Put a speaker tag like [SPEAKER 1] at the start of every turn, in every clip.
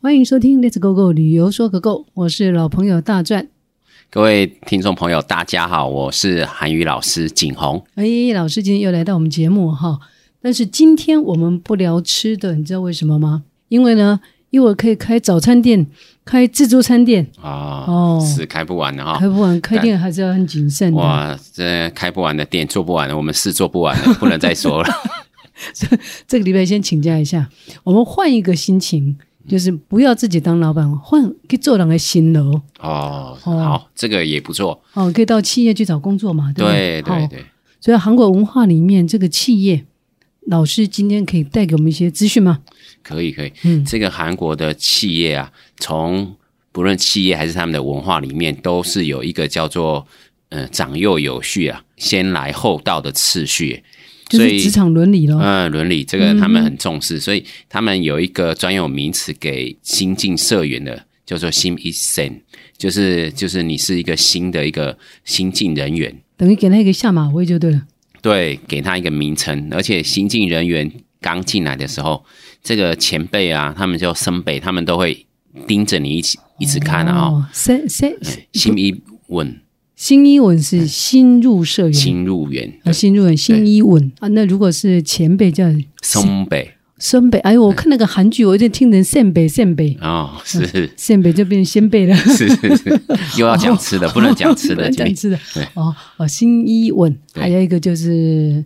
[SPEAKER 1] 欢迎收听 Let's Go Go 旅游说个够，我是老朋友大赚。
[SPEAKER 2] 各位听众朋友，大家好，我是韩语老师景洪。
[SPEAKER 1] 哎，老师今天又来到我们节目哈，但是今天我们不聊吃的，你知道为什么吗？因为呢，一会儿可以开早餐店，开自助餐店，
[SPEAKER 2] 啊、
[SPEAKER 1] 哦
[SPEAKER 2] 是开不完的哈、
[SPEAKER 1] 开不完，开店还是要很谨慎的。
[SPEAKER 2] 哇，这开不完的店，做不完的，我们事做不完 了，不能再说了。
[SPEAKER 1] 这个礼拜先请假一下，我们换一个心情，
[SPEAKER 2] 嗯
[SPEAKER 1] 就是不要自己当老板，换去做人的新楼哦
[SPEAKER 2] 哦，好，这个也不错。
[SPEAKER 1] 哦，可以到企业去找工作嘛，对不
[SPEAKER 2] 对对
[SPEAKER 1] 好
[SPEAKER 2] 对，
[SPEAKER 1] 所以韩国文化里面这个企业，老师今天可以带给我们一些资讯吗？
[SPEAKER 2] 可以可以。
[SPEAKER 1] 嗯
[SPEAKER 2] 这个韩国的企业啊，从不论企业还是他们的文化里面，都是有一个叫做呃长幼有序啊，先来后到的次序。
[SPEAKER 1] 就
[SPEAKER 2] 所
[SPEAKER 1] 是
[SPEAKER 2] 以
[SPEAKER 1] 职场伦理咯。
[SPEAKER 2] 嗯，伦理这个他们很重视，所以他们有一个专有名词给新进社员的，叫做新一生，就是就是你是一个新的一个新进人员，
[SPEAKER 1] 等于给他一个下马威就对了。
[SPEAKER 2] 对，给他一个名称，而且新进人员刚进来的时候，这个前辈啊，他们叫生辈，他们都会盯着你一起一直看啊、哦，哎
[SPEAKER 1] 哦，新新
[SPEAKER 2] 新一稳，
[SPEAKER 1] 新一稳是新入社员，
[SPEAKER 2] 新入员，
[SPEAKER 1] 啊，新入员新一稳啊。那如果是前辈叫
[SPEAKER 2] 松北
[SPEAKER 1] 孙辈，哎呦，我看那个韩剧，我有点听成先辈先辈，
[SPEAKER 2] 哦，是是
[SPEAKER 1] 先辈就变成先辈了。
[SPEAKER 2] 是是是，又要讲吃的， 不能讲吃
[SPEAKER 1] 不
[SPEAKER 2] 的，
[SPEAKER 1] 能
[SPEAKER 2] 今
[SPEAKER 1] 讲
[SPEAKER 2] 天
[SPEAKER 1] 吃的
[SPEAKER 2] 对。
[SPEAKER 1] 哦哦，新一稳，
[SPEAKER 2] 对
[SPEAKER 1] 还有一个就是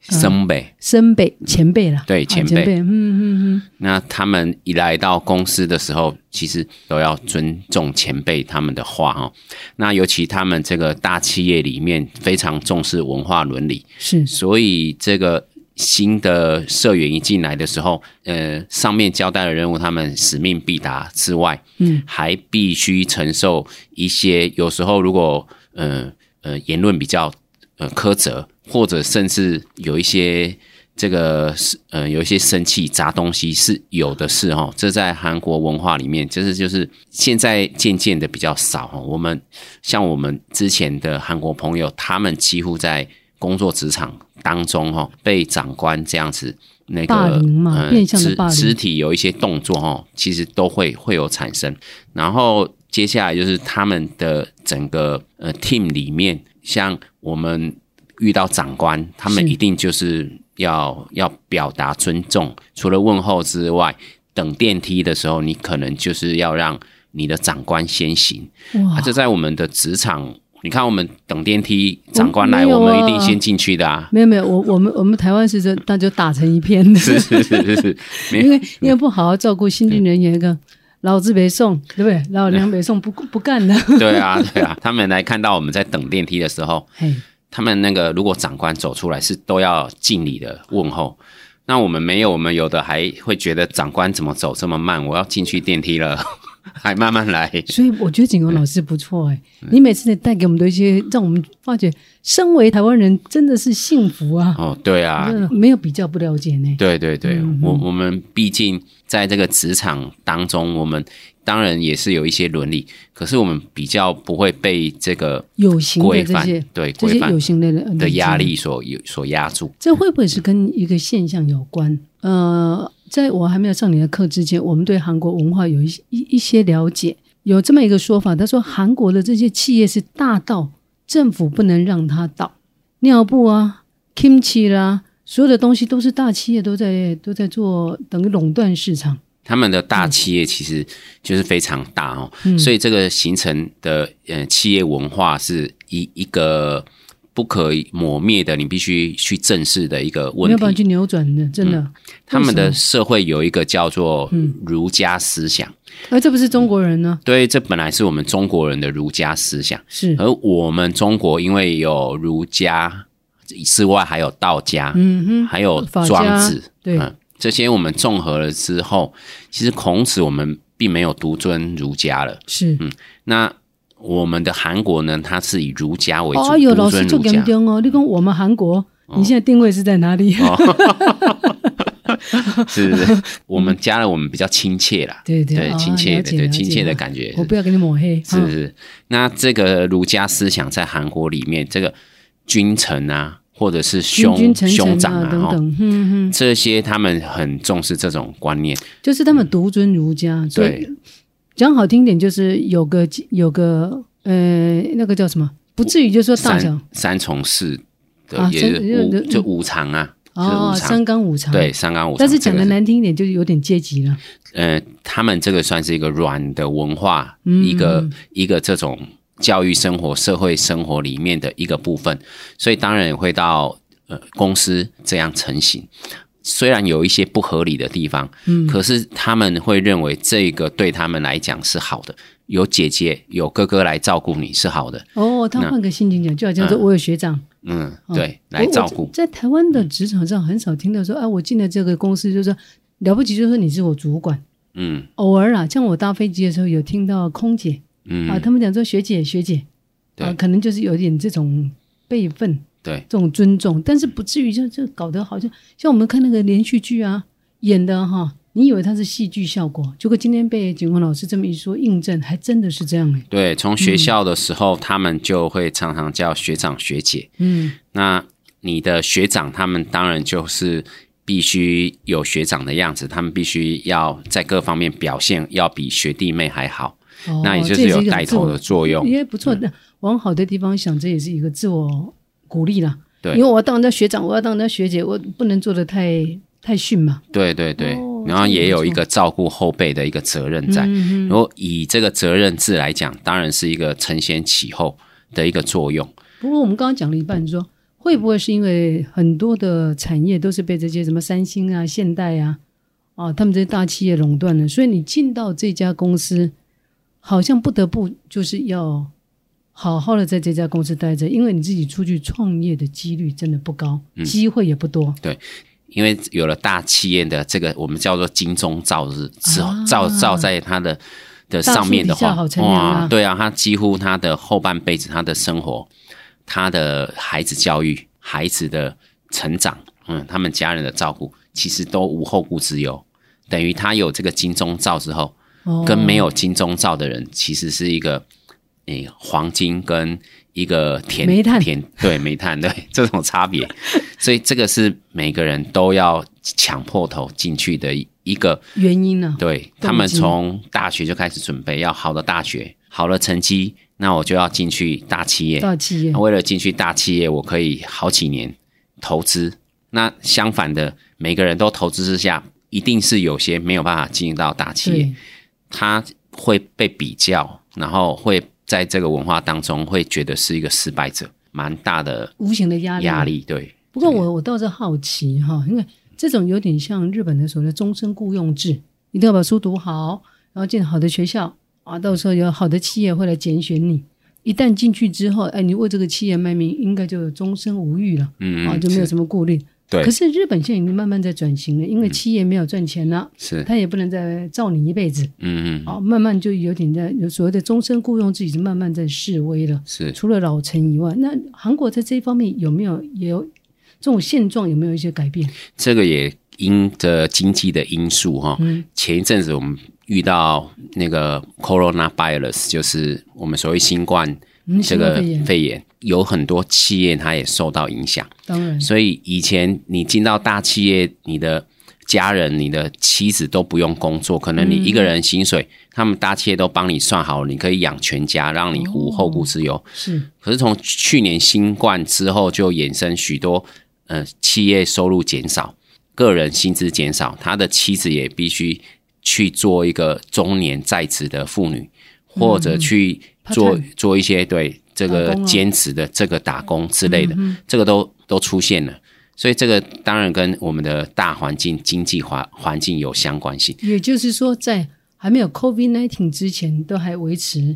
[SPEAKER 2] 生辈。
[SPEAKER 1] 孙辈前辈啦，
[SPEAKER 2] 对
[SPEAKER 1] 啊
[SPEAKER 2] 前辈
[SPEAKER 1] 辈，嗯嗯嗯，
[SPEAKER 2] 那他们一来到公司的时候，其实都要尊重前辈他们的话哈。那尤其他们这个大企业里面非常重视文化伦理，
[SPEAKER 1] 是
[SPEAKER 2] 所以这个新的社员一进来的时候，呃，上面交代的任务他们使命必达之外，
[SPEAKER 1] 嗯，
[SPEAKER 2] 还必须承受一些有时候如果呃呃言论比较呃苛责，或者甚至有一些这个是呃有一些生气砸东西是有的事哈、哦，这在韩国文化里面，就是就是现在渐渐的比较少哈、哦。我们像我们之前的韩国朋友，他们几乎在工作职场当中哈、哦，被长官这样子。那个
[SPEAKER 1] 霸凌嘛
[SPEAKER 2] 呃
[SPEAKER 1] 变相的霸凌
[SPEAKER 2] 肢肢体有一些动作哦，其实都会会有产生。然后接下来就是他们的整个呃 team 里面，像我们遇到长官，他们
[SPEAKER 1] 是
[SPEAKER 2] 一定就是要要表达尊重，除了问候之外，等电梯的时候，你可能就是要让你的长官先行。啊，
[SPEAKER 1] 哇，
[SPEAKER 2] 这在我们的职场，你看我们等电梯，长官来，
[SPEAKER 1] 没有
[SPEAKER 2] 我们
[SPEAKER 1] 啊
[SPEAKER 2] 一定先进去 的啊。
[SPEAKER 1] 没有没有，我我们我们台湾是这那就打成一片的，
[SPEAKER 2] 是是是是是，没
[SPEAKER 1] 因为因为不好好照顾新进人员，跟老子北送，对不对？老娘北送不不干了。
[SPEAKER 2] 对啊，对啊，他们来看到我们在等电梯的时候，
[SPEAKER 1] 嘿，
[SPEAKER 2] 他们那个如果长官走出来是都要敬礼的问候。那我们没有，我们有的还会觉得长官怎么走这么慢？我要进去电梯了， 还慢慢来。
[SPEAKER 1] 所以我觉得景荣老师不错哎、你每次带给我们的一些，让我们发觉，身为台湾人真的是幸福啊，
[SPEAKER 2] 哦，对啊，
[SPEAKER 1] 真的没有比较不了解呢。
[SPEAKER 2] 对对对，
[SPEAKER 1] 嗯
[SPEAKER 2] 我我们毕竟在这个职场当中，我们当然也是有一些伦理，可是我们比较不会被这个
[SPEAKER 1] 有形的
[SPEAKER 2] 规
[SPEAKER 1] 这
[SPEAKER 2] 范
[SPEAKER 1] 些，
[SPEAKER 2] 对
[SPEAKER 1] 这
[SPEAKER 2] 规
[SPEAKER 1] 些
[SPEAKER 2] 范
[SPEAKER 1] 有形的人
[SPEAKER 2] 的压，力所所压住。
[SPEAKER 1] 这会不会是跟一个现象有关？呃，在我还没有上你的课之前，我们对韩国文化有一些一一些了解。有这么一个说法，他说韩国的这些企业是大到政府不能让它倒，尿布啊、kimchi 啦，所有的东西都是大企业都在都在做，等于垄断市场。
[SPEAKER 2] 他们的大企业其实就是非常大哦，
[SPEAKER 1] 嗯
[SPEAKER 2] 所以这个形成的呃企业文化是一一个不可磨灭的，你必须去正视的一个
[SPEAKER 1] 没
[SPEAKER 2] 问
[SPEAKER 1] 有办法
[SPEAKER 2] 题。
[SPEAKER 1] 去扭转的，真的。
[SPEAKER 2] 嗯他们
[SPEAKER 1] 为
[SPEAKER 2] 的
[SPEAKER 1] 什嗯
[SPEAKER 2] 社会有一个叫做儒家思想，
[SPEAKER 1] 么，而哎这不是中国人呢？
[SPEAKER 2] 对，这本来是我们中国人的儒家思想，
[SPEAKER 1] 是，
[SPEAKER 2] 而我们中国因为有儒家之外，还有道家，
[SPEAKER 1] 嗯哼，
[SPEAKER 2] 还有
[SPEAKER 1] 法家
[SPEAKER 2] 庄子，
[SPEAKER 1] 对，
[SPEAKER 2] 嗯，这些我们综合了之后，其实孔子我们并没有独尊儒家了。
[SPEAKER 1] 是。
[SPEAKER 2] 那我们的韩国呢，它是以儒家为主，
[SPEAKER 1] 哦，有
[SPEAKER 2] 独
[SPEAKER 1] 老师
[SPEAKER 2] 尊
[SPEAKER 1] 就
[SPEAKER 2] 儒
[SPEAKER 1] 严
[SPEAKER 2] 家。哦
[SPEAKER 1] 重哦，你讲我们韩国，你现在定位是在哪里？
[SPEAKER 2] 是 是是，我们加了我们比较亲切啦，
[SPEAKER 1] 对对
[SPEAKER 2] 对
[SPEAKER 1] 哦
[SPEAKER 2] 亲切
[SPEAKER 1] 了
[SPEAKER 2] 的
[SPEAKER 1] 解
[SPEAKER 2] 对
[SPEAKER 1] 了解
[SPEAKER 2] 亲切的
[SPEAKER 1] 了
[SPEAKER 2] 感觉
[SPEAKER 1] 我，不要给你抹黑，
[SPEAKER 2] 是
[SPEAKER 1] 啊
[SPEAKER 2] 是是。那这个儒家思想在韩国里面，这个君臣啊，或者是
[SPEAKER 1] 君
[SPEAKER 2] 兄
[SPEAKER 1] 君臣
[SPEAKER 2] 兄
[SPEAKER 1] 臣
[SPEAKER 2] 长
[SPEAKER 1] 啊
[SPEAKER 2] 啊，
[SPEAKER 1] 等
[SPEAKER 2] 哦
[SPEAKER 1] 等，嗯嗯，
[SPEAKER 2] 这些他们很重视这种观念。
[SPEAKER 1] 就是他们独尊儒家，所以
[SPEAKER 2] 对，
[SPEAKER 1] 讲好听点就是有个有个呃那个叫什么，不至于就说大小
[SPEAKER 2] 三三从四的
[SPEAKER 1] 啊
[SPEAKER 2] 也
[SPEAKER 1] 三
[SPEAKER 2] 是
[SPEAKER 1] 就
[SPEAKER 2] 五
[SPEAKER 1] 是
[SPEAKER 2] 就五常啊，
[SPEAKER 1] 哦，
[SPEAKER 2] 是五常
[SPEAKER 1] 三纲五常，
[SPEAKER 2] 对，三纲五常。
[SPEAKER 1] 但是讲的
[SPEAKER 2] 这个
[SPEAKER 1] 难听一点就是有点阶级了，
[SPEAKER 2] 是，呃，他们这个算是一个软的文化，
[SPEAKER 1] 嗯
[SPEAKER 2] 一个一个这种教育生活、社会生活里面的一个部分，所以当然也会到呃公司这样成型。虽然有一些不合理的地方，
[SPEAKER 1] 嗯
[SPEAKER 2] 可是他们会认为这个对他们来讲是好的，有姐姐有哥哥来照顾你是好的，
[SPEAKER 1] 哦，他
[SPEAKER 2] 那
[SPEAKER 1] 换个心情讲，就好像说
[SPEAKER 2] 嗯
[SPEAKER 1] 我有学长，
[SPEAKER 2] 嗯，
[SPEAKER 1] 哦
[SPEAKER 2] 对，来
[SPEAKER 1] 我
[SPEAKER 2] 照顾
[SPEAKER 1] 我，在台湾的职场上很少听到说，啊，我进了这个公司，就是说了不起，就是说你是我主管。
[SPEAKER 2] 嗯
[SPEAKER 1] 偶尔啊，像我搭飞机的时候，有听到空姐
[SPEAKER 2] 嗯，
[SPEAKER 1] 啊，他们讲说学姐学姐，啊，
[SPEAKER 2] 对
[SPEAKER 1] 可能就是有点这种辈分，
[SPEAKER 2] 对，
[SPEAKER 1] 这种尊重，但是不至于就就搞得好像像我们看那个连续剧啊演的哈，你以为它是戏剧效果，结果今天被景文老师这么一说印证，还真的是这样哎、
[SPEAKER 2] 对，从学校的时候，他们就会常常叫学长学姐。
[SPEAKER 1] 嗯
[SPEAKER 2] 那你的学长，他们当然就是必须有学长的样子，他们必须要在各方面表现要比学弟妹还好。
[SPEAKER 1] 哦，
[SPEAKER 2] 那也就
[SPEAKER 1] 这
[SPEAKER 2] 是
[SPEAKER 1] 也是
[SPEAKER 2] 有
[SPEAKER 1] 一种
[SPEAKER 2] 带头的作嗯
[SPEAKER 1] 自我，
[SPEAKER 2] 用。
[SPEAKER 1] 也不错。那往好的地方想，这也是一个自我鼓励啦。
[SPEAKER 2] 对
[SPEAKER 1] 因为我要当人家学长，我要当人家学姐，我不能做的太太逊嘛。
[SPEAKER 2] 对对对，
[SPEAKER 1] 哦
[SPEAKER 2] 然后
[SPEAKER 1] 这个
[SPEAKER 2] 也
[SPEAKER 1] 不
[SPEAKER 2] 有一
[SPEAKER 1] 错
[SPEAKER 2] 个照顾后辈的一个责任在。
[SPEAKER 1] 嗯嗯
[SPEAKER 2] 如果以这个责任制来讲，当然是一个承先启后的一个作用。
[SPEAKER 1] 不过我们刚刚讲了一半说，会不会是因为很多的产业都是被这些什么三星啊、现代啊、啊他们这些大企业垄断了，所以你进到这家公司，好像不得不就是要好好的在这家公司待着，因为你自己出去创业的几率真的不高，
[SPEAKER 2] 嗯
[SPEAKER 1] 机会也不多。
[SPEAKER 2] 因为有了大企业的这个我们叫做金钟罩日之后
[SPEAKER 1] 啊，
[SPEAKER 2] 罩罩在它的的
[SPEAKER 1] 大树
[SPEAKER 2] 上面的
[SPEAKER 1] 底下
[SPEAKER 2] 话
[SPEAKER 1] 好，乘凉啊
[SPEAKER 2] 对啊，他几乎他的后半辈子，他的生活，他的孩子教育、孩子的成长，嗯，他们家人的照顾，其实都无后顾之忧。等于他有这个金钟罩之后，
[SPEAKER 1] 哦
[SPEAKER 2] 跟没有金钟罩的人，其实是一个诶、黄金跟一个甜
[SPEAKER 1] 煤炭
[SPEAKER 2] 甜对煤炭对这种差别，所以这个是每个人都要抢破头进去的一个。
[SPEAKER 1] 原因呢、
[SPEAKER 2] 对他们从大学就开始准备，要好的大学，好的成绩，那我就要进去大企业。
[SPEAKER 1] 大企业
[SPEAKER 2] 那为了进去大企业，我可以好几年投资。那相反的，每个人都投资之下，一定是有些没有办法进到大企业。
[SPEAKER 1] 对
[SPEAKER 2] 他会被比较，然后会在这个文化当中会觉得是一个失败者，蛮大的
[SPEAKER 1] 无形的压力
[SPEAKER 2] 压力。对，
[SPEAKER 1] 不过我我倒是好奇哈，因为这种有点像日本的所谓的终身雇佣制，一定要把书读好，然后进好的学校啊，到时候有好的企业会来拣选你。一旦进去之后，哎，你为这个企业卖命，应该就终身无欲了
[SPEAKER 2] 嗯，
[SPEAKER 1] 啊，
[SPEAKER 2] 嗯
[SPEAKER 1] 就没有
[SPEAKER 2] 是
[SPEAKER 1] 什么顾虑。
[SPEAKER 2] 对
[SPEAKER 1] 可是日本现在已经慢慢在转型了，因为企业没有赚钱了，
[SPEAKER 2] 是，
[SPEAKER 1] 他也不能再罩你一辈子
[SPEAKER 2] 嗯嗯
[SPEAKER 1] 啊，慢慢就有点在有所谓的终身雇佣制已经慢慢在示威了。
[SPEAKER 2] 是。
[SPEAKER 1] 除了老陈以外，那韩国在这一方面有没有也有这种现状？有没有一些改变？
[SPEAKER 2] 这个也因着经济的因素哈、
[SPEAKER 1] 嗯
[SPEAKER 2] 前一阵子我们遇到那个 coronavirus，就是我们所谓新冠
[SPEAKER 1] 嗯，
[SPEAKER 2] 这
[SPEAKER 1] 新冠
[SPEAKER 2] 个
[SPEAKER 1] 肺炎
[SPEAKER 2] 肺炎，有很多企业它也受到影响。
[SPEAKER 1] 当然
[SPEAKER 2] 所以以前你进到大企业，你的家人、你的妻子都不用工作，可能你一个人薪水，他们大企业都帮你算好，你可以养全家，让你无后顾之忧。
[SPEAKER 1] 是
[SPEAKER 2] 可是从去年新冠之后，就衍生许多呃企业收入减少，个人薪资减少，他的妻子也必须去做一个中年在职的妇女，或者去做、
[SPEAKER 1] 嗯 part-time
[SPEAKER 2] 做一些对这
[SPEAKER 1] 打
[SPEAKER 2] 个
[SPEAKER 1] 工啊嗯
[SPEAKER 2] 兼职的这个打工之类的，这个都都出现了。所以这个当然跟我们的大环境、经济环环境有相关性。
[SPEAKER 1] 也就是说，在还没有 COVID nineteen 之前，都还维持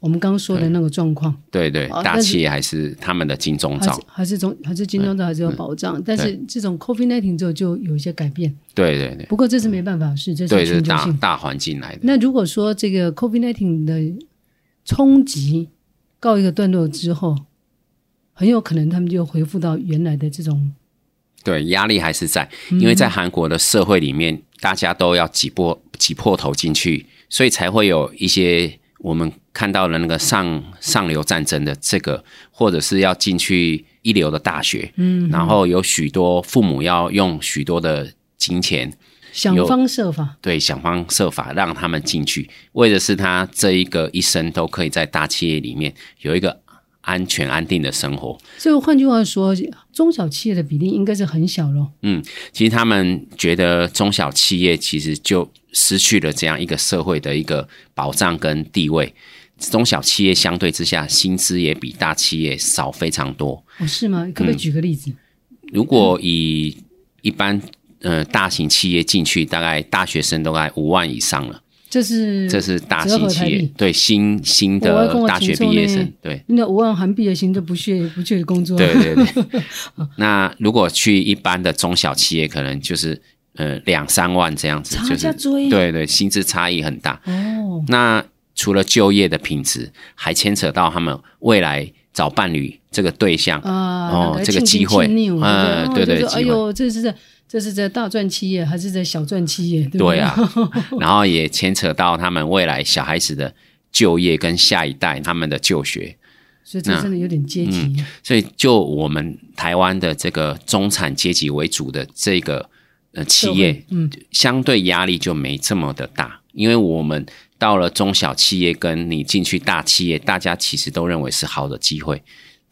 [SPEAKER 1] 我们刚刚说的那个状况，
[SPEAKER 2] 对对，
[SPEAKER 1] 哦
[SPEAKER 2] 大
[SPEAKER 1] 但是
[SPEAKER 2] 企业还是他们的金钟
[SPEAKER 1] 还
[SPEAKER 2] 罩
[SPEAKER 1] 是。还是总还是金钟罩还是有保障，但是这种 COVID nineteen 之后就有一些改变。
[SPEAKER 2] 对对对，
[SPEAKER 1] 不过这是没办法，是这
[SPEAKER 2] 嗯对
[SPEAKER 1] 是
[SPEAKER 2] 这
[SPEAKER 1] 全
[SPEAKER 2] 是
[SPEAKER 1] 球
[SPEAKER 2] 大
[SPEAKER 1] 性。
[SPEAKER 2] 大环境来的。
[SPEAKER 1] 那如果说这个 COVID nineteen 的冲击告一个段落之后，很有可能他们就恢复到原来的这种
[SPEAKER 2] 对，压力还是在，因为在韩国的社会里面，大家都要挤破挤破头进去，所以才会有一些我们看到了那个上上流战争的这个，或者是要进去一流的大学，嗯，然后有许多父母要用许多的金钱，
[SPEAKER 1] 想方设法，
[SPEAKER 2] 对，想方设法让他们进去，为的是他这一个一生都可以在大企业里面有一个安全安定的生活。
[SPEAKER 1] 所以换句话说，中小企业的比例应该是很小咯。
[SPEAKER 2] 嗯其实他们觉得中小企业其实就失去了这样一个社会的一个保障跟地位。中小企业相对之下，薪资也比大企业少非常多。
[SPEAKER 1] 哦，是吗？可不可以举个例
[SPEAKER 2] 嗯
[SPEAKER 1] 子？
[SPEAKER 2] 如
[SPEAKER 1] 嗯
[SPEAKER 2] 果以一般呃大型企业进去，大概大学生都大概五万以上了，
[SPEAKER 1] 这是
[SPEAKER 2] 这是大型
[SPEAKER 1] 嗯折合
[SPEAKER 2] 企业
[SPEAKER 1] 台币
[SPEAKER 2] 对新新
[SPEAKER 1] 我要跟
[SPEAKER 2] 的
[SPEAKER 1] 我
[SPEAKER 2] 大学
[SPEAKER 1] 请
[SPEAKER 2] 毕业
[SPEAKER 1] 教呢
[SPEAKER 2] 生对。
[SPEAKER 1] 那五万韩币的薪就不屑不屑工作，啊
[SPEAKER 2] 对对对。
[SPEAKER 1] 哦
[SPEAKER 2] 那如果去一般的中小企业，可能就是呃两三万这样子，
[SPEAKER 1] 差
[SPEAKER 2] 就
[SPEAKER 1] 价
[SPEAKER 2] 是
[SPEAKER 1] 追啊
[SPEAKER 2] 对对，薪资差异很大。
[SPEAKER 1] 哦，
[SPEAKER 2] 那除了就业的品质，还牵扯到他们未来找伴侣这个对象。
[SPEAKER 1] 啊、
[SPEAKER 2] 哦
[SPEAKER 1] 那
[SPEAKER 2] 这个
[SPEAKER 1] 庆
[SPEAKER 2] 机会
[SPEAKER 1] 庆扭
[SPEAKER 2] 嗯
[SPEAKER 1] 对不
[SPEAKER 2] 对对
[SPEAKER 1] 哦就是说哎
[SPEAKER 2] 机会
[SPEAKER 1] 呦，这是在这是在大赚企业还是在小赚企业？对不
[SPEAKER 2] 对啊，然后也牵扯到他们未来小孩子的就业跟下一代他们的就学，
[SPEAKER 1] 所以这真的有点阶级、
[SPEAKER 2] 所以就我们台湾的这个中产阶级为主的这个呃企业，
[SPEAKER 1] 嗯，
[SPEAKER 2] 相对压力就没这么的大，因为我们到了中小企业，跟你进去大企业，大家其实都认为是好的机会。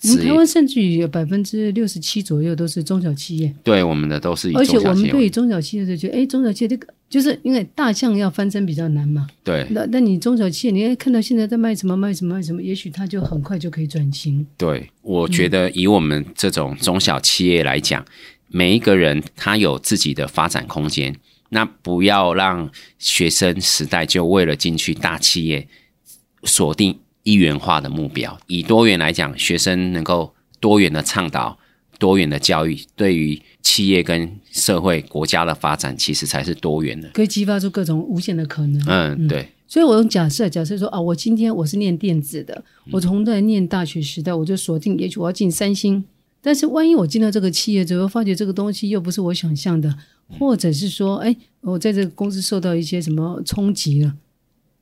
[SPEAKER 1] 我们
[SPEAKER 2] 职业
[SPEAKER 1] 台湾甚至于有百分之六十七左右都是中小企业，
[SPEAKER 2] 对我们的都是以
[SPEAKER 1] 而
[SPEAKER 2] 中
[SPEAKER 1] 且
[SPEAKER 2] 小
[SPEAKER 1] 我
[SPEAKER 2] 企
[SPEAKER 1] 们
[SPEAKER 2] 业
[SPEAKER 1] 对于
[SPEAKER 2] 为
[SPEAKER 1] 中小企业就觉得，哎，中小企业这个就是因为大象要翻身比较难嘛，
[SPEAKER 2] 对
[SPEAKER 1] 那那你中小企业，你哎看到现在在卖什么卖什么卖什么，也许它就很快就可以转型。
[SPEAKER 2] 对，我觉
[SPEAKER 1] 嗯
[SPEAKER 2] 得以我们这种中小企业来讲，每一个人他有自己的发展空间，那不要让学生时代就为了进去大企业锁定一元化的目标。以多元来讲，学生能够多元的倡导、多元的教育，对于企业跟社会、国家的发展，其实才是多元的。
[SPEAKER 1] 可以激发出各种无限的可能。
[SPEAKER 2] 嗯，对，
[SPEAKER 1] 所以我用假设，假设说啊，我今天我是念电子的，我从在念大学时代我就锁定，也许我要进三星，但是万一我进到这个企业之后，发觉这个东西又不是我想象的，或者是说，哎，我在这个公司受到一些什么冲击了，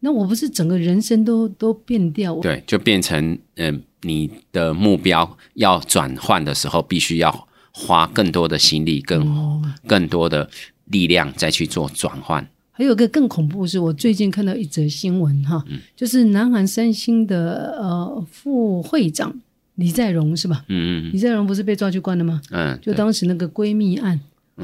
[SPEAKER 1] 那我不是整个人生都都变掉？
[SPEAKER 2] 对，就变成嗯、你的目标要转换的时候，必须要花更多的心力，
[SPEAKER 1] 嗯
[SPEAKER 2] 更、
[SPEAKER 1] 哦
[SPEAKER 2] 更多的力量再去做转换。
[SPEAKER 1] 还有一个更恐怖的是，我最近看到一则新闻哈，
[SPEAKER 2] 嗯
[SPEAKER 1] 就是南韩三星的呃副会长李在镕是吧？
[SPEAKER 2] 嗯嗯
[SPEAKER 1] 李在镕不是被抓去关了吗？
[SPEAKER 2] 嗯，
[SPEAKER 1] 就
[SPEAKER 2] 对嗯
[SPEAKER 1] 当时那个闺蜜案，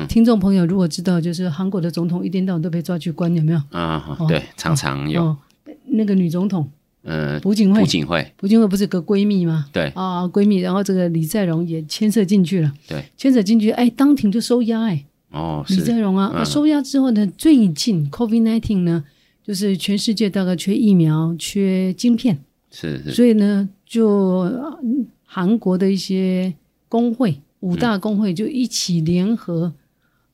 [SPEAKER 1] 听众朋友如果知道，就是韩国的总统一天到晚都被抓去关，有没有？
[SPEAKER 2] 嗯、对，常常有、
[SPEAKER 1] 哦，那个女总统
[SPEAKER 2] 嗯
[SPEAKER 1] 朴槿惠
[SPEAKER 2] 朴，槿惠，
[SPEAKER 1] 朴槿惠不是个闺蜜吗？
[SPEAKER 2] 对
[SPEAKER 1] 啊，闺蜜，然后这个李在镕也牵涉进去了，
[SPEAKER 2] 对，
[SPEAKER 1] 牵涉进去，哎，当庭就收押，哎，
[SPEAKER 2] 哦
[SPEAKER 1] 李在
[SPEAKER 2] 是
[SPEAKER 1] 镕啊，
[SPEAKER 2] 嗯
[SPEAKER 1] 啊收押之后呢，最近 COVID nineteen 呢，就是全世界大概缺疫苗、缺晶片，
[SPEAKER 2] 是是，
[SPEAKER 1] 所以呢，就嗯韩国的一些工会，五大工会就一起联合，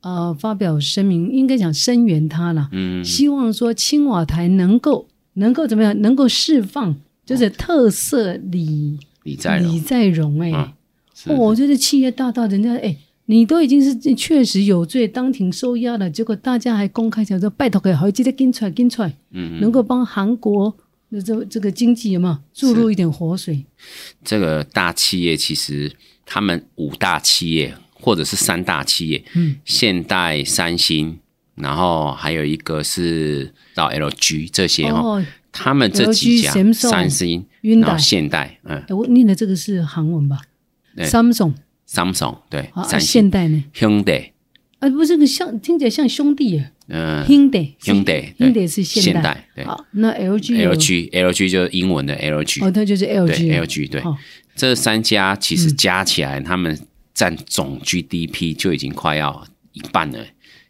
[SPEAKER 1] 呃，发表声明，应该讲声援他了，
[SPEAKER 2] 嗯
[SPEAKER 1] 希望说青瓦台能够能够怎么样，能够释放就是特色李
[SPEAKER 2] 李在
[SPEAKER 1] 李
[SPEAKER 2] 镕
[SPEAKER 1] 在镕哎、
[SPEAKER 2] 嗯是
[SPEAKER 1] 哦，我觉得企业大到人家哎。你都已经是确实有罪，当庭收押了，结果大家还公开讲说，拜托给好，记得跟出来，跟出来，
[SPEAKER 2] 嗯
[SPEAKER 1] 能够帮韩国的这这个经济有没有注入一点活水？
[SPEAKER 2] 这个大企业其实他们五大企业或者是三大企业，
[SPEAKER 1] 嗯，
[SPEAKER 2] 现代、三星，然后还有一个是到 LG 这些哦
[SPEAKER 1] 哦，
[SPEAKER 2] 他们这
[SPEAKER 1] LG
[SPEAKER 2] 几家
[SPEAKER 1] Samsung
[SPEAKER 2] 三星、
[SPEAKER 1] Hyundai
[SPEAKER 2] 然后现代，嗯
[SPEAKER 1] 哎我念的这个是韩文吧
[SPEAKER 2] 对
[SPEAKER 1] ？Samsung
[SPEAKER 2] ，Samsung 对，
[SPEAKER 1] 啊，啊
[SPEAKER 2] 三星、
[SPEAKER 1] 现代呢？
[SPEAKER 2] Hyundai，
[SPEAKER 1] 啊，不是这个像听起来像兄弟耶
[SPEAKER 2] 嗯
[SPEAKER 1] ，Hyundai 是
[SPEAKER 2] ，Hyundai 对
[SPEAKER 1] Hyundai 是现
[SPEAKER 2] 现
[SPEAKER 1] 代
[SPEAKER 2] 代，对
[SPEAKER 1] 好，那 LG 有
[SPEAKER 2] ，LG LG 就是英文的 LG，
[SPEAKER 1] 哦，它就是
[SPEAKER 2] 对
[SPEAKER 1] LG
[SPEAKER 2] LG 对
[SPEAKER 1] 哦，
[SPEAKER 2] 这三家其实加起来，他们占总 GDP 就已经快要一半了，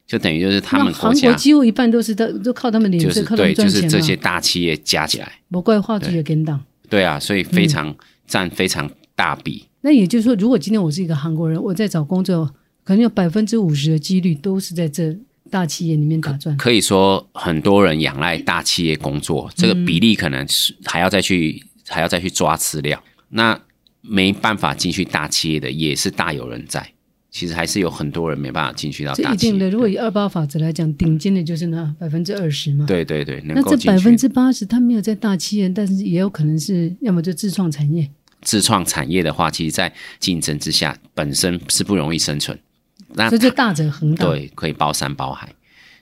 [SPEAKER 2] 就等于就是他
[SPEAKER 1] 那
[SPEAKER 2] 们国
[SPEAKER 1] 韩
[SPEAKER 2] 家
[SPEAKER 1] 国几乎一半都是都都靠他们脸
[SPEAKER 2] 就
[SPEAKER 1] 色，
[SPEAKER 2] 是
[SPEAKER 1] 靠他们
[SPEAKER 2] 对，
[SPEAKER 1] 赚
[SPEAKER 2] 就是
[SPEAKER 1] 钱啊
[SPEAKER 2] 这些
[SPEAKER 1] 嘛。
[SPEAKER 2] 大企业加起来，
[SPEAKER 1] 不怪话剧也跟党。
[SPEAKER 2] 对啊，所以非常
[SPEAKER 1] 嗯
[SPEAKER 2] 占非常大笔，
[SPEAKER 1] 那也就是说，如果今天我是一个韩国人，我在找工作，可能有百分之五十的几率都是在这大企业里面打转。
[SPEAKER 2] 可以说很多人仰赖大企业工作，这个
[SPEAKER 1] 嗯
[SPEAKER 2] 比例可能是还要再去还要再去抓资料。那没办法进去大企业的也是大有人在。其实还是有很多人没办法进去到
[SPEAKER 1] 这
[SPEAKER 2] 大
[SPEAKER 1] 一
[SPEAKER 2] 企
[SPEAKER 1] 定
[SPEAKER 2] 业。
[SPEAKER 1] 的。如果以二八法则来讲，顶尖的就是那百分之二十嘛。
[SPEAKER 2] 对对对，能
[SPEAKER 1] 那
[SPEAKER 2] 够
[SPEAKER 1] 这
[SPEAKER 2] 进
[SPEAKER 1] 百分
[SPEAKER 2] 去
[SPEAKER 1] 之八十，他没有在大企业，但是也有可能是要么就自创产业，
[SPEAKER 2] 自创产业的话，其实，在竞争之下本身是不容易生存。那
[SPEAKER 1] 所以就大者恒大。
[SPEAKER 2] 啊对，可以包山包海，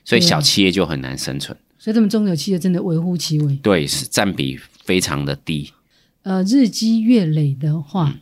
[SPEAKER 2] 所以
[SPEAKER 1] 嗯对啊
[SPEAKER 2] 小企业就很难生存。
[SPEAKER 1] 所以他们中小企业真的微乎其微。
[SPEAKER 2] 对，是占比非常的低。
[SPEAKER 1] 呃，日积月累的话，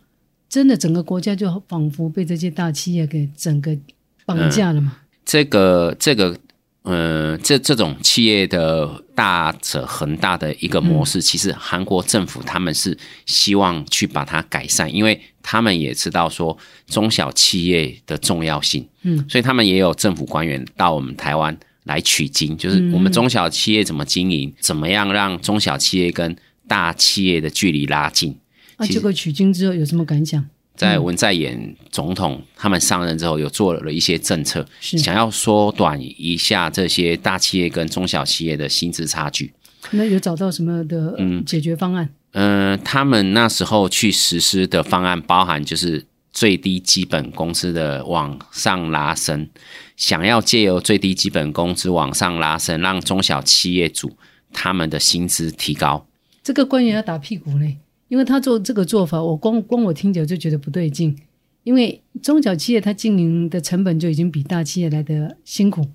[SPEAKER 1] 真的整个国家就仿佛被这些大企业给整个绑架了嘛。
[SPEAKER 2] 这个这个呃，这这种企业的大者恒大的一个模式，其实韩国政府他们是希望去把它改善，因为他们也知道说中小企业的重要性，
[SPEAKER 1] 嗯，
[SPEAKER 2] 所以他们也有政府官员到我们台湾来取经，就是我们中小企业怎么经营，怎么样让中小企业跟大企业的距离拉近。
[SPEAKER 1] 啊，
[SPEAKER 2] 其实
[SPEAKER 1] 结果取经之后有什么感想？
[SPEAKER 2] 在文在寅总统他们上任之后，有做了一些政策，
[SPEAKER 1] 是
[SPEAKER 2] 想要缩短一下这些大企业跟中小企业的薪资差距。
[SPEAKER 1] 那有找到什么的、呃解决方案？
[SPEAKER 2] 嗯，他们那时候去实施的方案包含就是最低基本工资的往上拉升，想要借由最低基本工资往上拉升，让中小企业主他们的薪资提高。
[SPEAKER 1] 这个官员要打屁股嘞，因为他做这个做法，我光光我听着就觉得不对劲。因为中小企业它经营的成本就已经比大企业来的辛苦，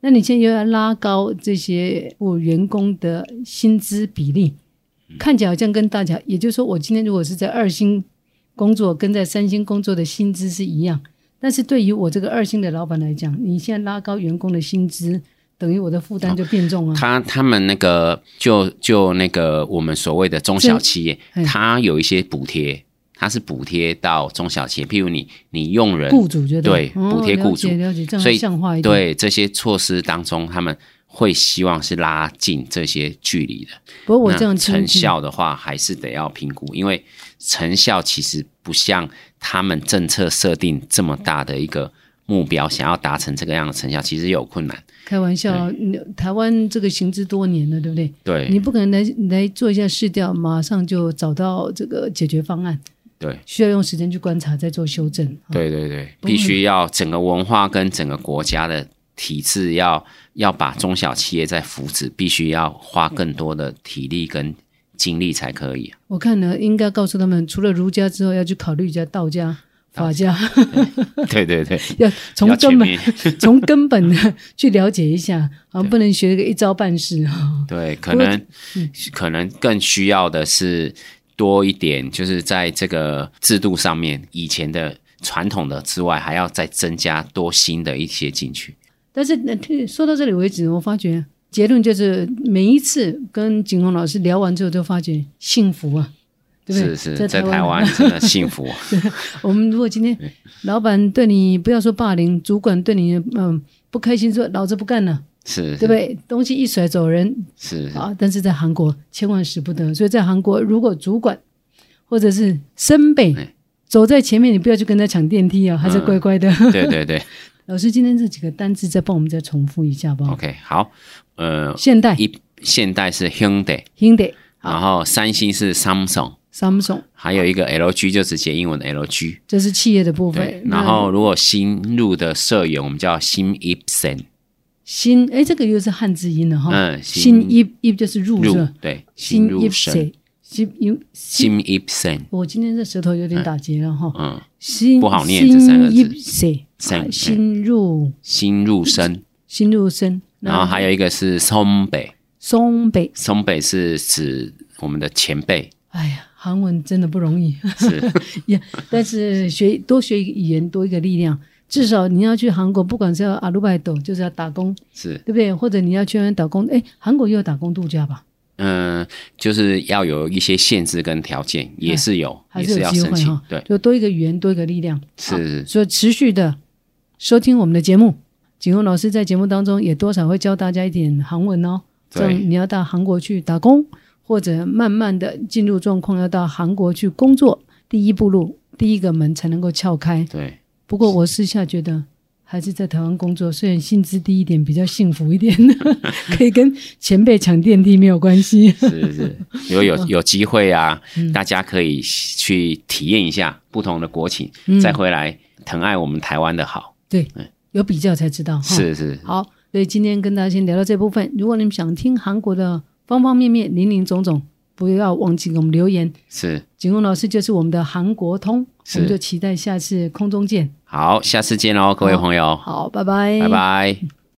[SPEAKER 1] 那你现在又要拉高这些我员工的薪资比例，看起来好像跟大家，也就是说，我今天如果是在二星工作，跟在三星工作的薪资是一样，但是对于我这个二星的老板来讲，你现在拉高员工的薪资，等于我的负担就变重啊。
[SPEAKER 2] 他他们那个就就那个我们所谓的中小企业
[SPEAKER 1] 嗯，
[SPEAKER 2] 它有一些补贴，它是补贴到中小企业，譬如你你用人
[SPEAKER 1] 雇主就
[SPEAKER 2] 对
[SPEAKER 1] 哦
[SPEAKER 2] 补贴雇主
[SPEAKER 1] 了解了解，这样
[SPEAKER 2] 所以
[SPEAKER 1] 像话一点。
[SPEAKER 2] 对这些措施当中，他们会希望是拉近这些距离的。
[SPEAKER 1] 不过我哦这样
[SPEAKER 2] 那
[SPEAKER 1] 听
[SPEAKER 2] 成
[SPEAKER 1] 起
[SPEAKER 2] 效的话，还是得要评估，因为成效其实不像他们政策设定这么大的一个目标，想要达成这个样的成效，其实有困难。
[SPEAKER 1] 开玩笑啊，你台湾这个行之多年了，对不对？你
[SPEAKER 2] 对
[SPEAKER 1] 不可能来来做一下试调，马上就找到这个解决方案，
[SPEAKER 2] 对
[SPEAKER 1] 需要用时间去观察，再做修正。啊，
[SPEAKER 2] 对对对，
[SPEAKER 1] 哦不会
[SPEAKER 2] 必须要整个文化跟整个国家的体制要要把中小企业在扶持，必须要花更多的体力跟精力才可以。
[SPEAKER 1] 我看呢，应该告诉他们，除了儒家之后，要去考虑一下道家、法家，
[SPEAKER 2] 对对对，
[SPEAKER 1] 要从
[SPEAKER 2] 要全
[SPEAKER 1] 根本
[SPEAKER 2] 面
[SPEAKER 1] 从根本的 去了解一下，啊，不能学个一招半式啊。
[SPEAKER 2] 对，可
[SPEAKER 1] 不过
[SPEAKER 2] 能、可能更需要的是多一点，就是在这个制度上面，以前的传统的之外，还要再增加多新的一些进去。
[SPEAKER 1] 但是呃说到这里为止，我发觉结论就是，每一次跟景宏老师聊完之后，都发觉幸福啊，对不对？
[SPEAKER 2] 是是，在
[SPEAKER 1] 台
[SPEAKER 2] 台湾真的幸 福。哦
[SPEAKER 1] 我们如果今天老板对你不要说霸凌，主管对你嗯不开心说老子不干了，
[SPEAKER 2] 是，
[SPEAKER 1] 对不对？东西一甩走人
[SPEAKER 2] 是？是，
[SPEAKER 1] 啊！但是在韩国千万使不得，所以在韩国如果主管或者是身辈
[SPEAKER 2] 哎
[SPEAKER 1] 走在前面，你不要去跟他抢电梯啊，还是乖乖的。
[SPEAKER 2] 嗯对对对。
[SPEAKER 1] 老师，今天这几个单字再帮我们再重复一下吧。
[SPEAKER 2] OK，好，呃，
[SPEAKER 1] 现代
[SPEAKER 2] 一现代是 Hyundai，
[SPEAKER 1] Hyundai、
[SPEAKER 2] 然后三星是 Samsung，
[SPEAKER 1] Samsung，
[SPEAKER 2] 还有一个 LG 就直接英文 LG。
[SPEAKER 1] 这是企业的部
[SPEAKER 2] 对
[SPEAKER 1] 分，。
[SPEAKER 2] 然后如果新入的社员，我们叫新 Epson，
[SPEAKER 1] 新哎，这个又是汉字音了哈。
[SPEAKER 2] 嗯
[SPEAKER 1] 新
[SPEAKER 2] 新
[SPEAKER 1] 一一就是入是
[SPEAKER 2] 入
[SPEAKER 1] 吧？
[SPEAKER 2] 对
[SPEAKER 1] 新
[SPEAKER 2] 新入
[SPEAKER 1] 一
[SPEAKER 2] 生。
[SPEAKER 1] 谁？新一新
[SPEAKER 2] 新 Epson，
[SPEAKER 1] 我今天这舌头有点打结了哈，
[SPEAKER 2] 嗯，
[SPEAKER 1] 新
[SPEAKER 2] 不好念这三个字
[SPEAKER 1] 新一谁
[SPEAKER 2] 三
[SPEAKER 1] 啊
[SPEAKER 2] 嗯
[SPEAKER 1] 新入
[SPEAKER 2] 新入
[SPEAKER 1] 嗯
[SPEAKER 2] 生，
[SPEAKER 1] 新入生，
[SPEAKER 2] 然后还有一个是松北，
[SPEAKER 1] 松北，
[SPEAKER 2] 松北是指我们的前辈，
[SPEAKER 1] 哎呀，韩文真的不容易
[SPEAKER 2] 是
[SPEAKER 1] 呀。但是学多学一个语言，多一个力量，至少你要去韩国，不管是要阿鲁拜斗，就是要打工，
[SPEAKER 2] 是，
[SPEAKER 1] 对不对？或者你要去那边打工，哎，韩国也有打工度假吧？
[SPEAKER 2] 嗯，就是要有一些限制跟条件，也是有，
[SPEAKER 1] 哎还
[SPEAKER 2] 也
[SPEAKER 1] 是有
[SPEAKER 2] 要
[SPEAKER 1] 机
[SPEAKER 2] 申
[SPEAKER 1] 会
[SPEAKER 2] 请
[SPEAKER 1] 哈，。
[SPEAKER 2] 对，
[SPEAKER 1] 就多一个语言，多一个力量。
[SPEAKER 2] 是
[SPEAKER 1] 所以持续的收听我们的节目。景宏老师在节目当中也多少会教大家一点韩文哦。这
[SPEAKER 2] 对
[SPEAKER 1] 样你要到韩国去打工，或者慢慢的进入状况，要到韩国去工作，第一步路第一个门才能够撬开。
[SPEAKER 2] 对，
[SPEAKER 1] 不过我私下觉得，还是在台湾工作，虽然薪资低一点，比较幸福一点， 可以跟前辈抢电梯没有关系。
[SPEAKER 2] 是是， 如果有
[SPEAKER 1] 嗯
[SPEAKER 2] 有机
[SPEAKER 1] 嗯
[SPEAKER 2] 会啊，大家可以去体验一下不同的国情，再回来疼爱我们台湾的好，
[SPEAKER 1] 对，有比较才知道哈。
[SPEAKER 2] 是是，
[SPEAKER 1] 好，所以今天跟大家先聊到这部分。如果你们想听韩国的方方面面、林林总总，不要忘记给我们留言。
[SPEAKER 2] 是
[SPEAKER 1] 景洪老师就是我们的韩国通，
[SPEAKER 2] 是
[SPEAKER 1] 我们就期待下次空中见。
[SPEAKER 2] 好，下次见喽，各位朋友，
[SPEAKER 1] 好，拜拜，
[SPEAKER 2] 拜。拜。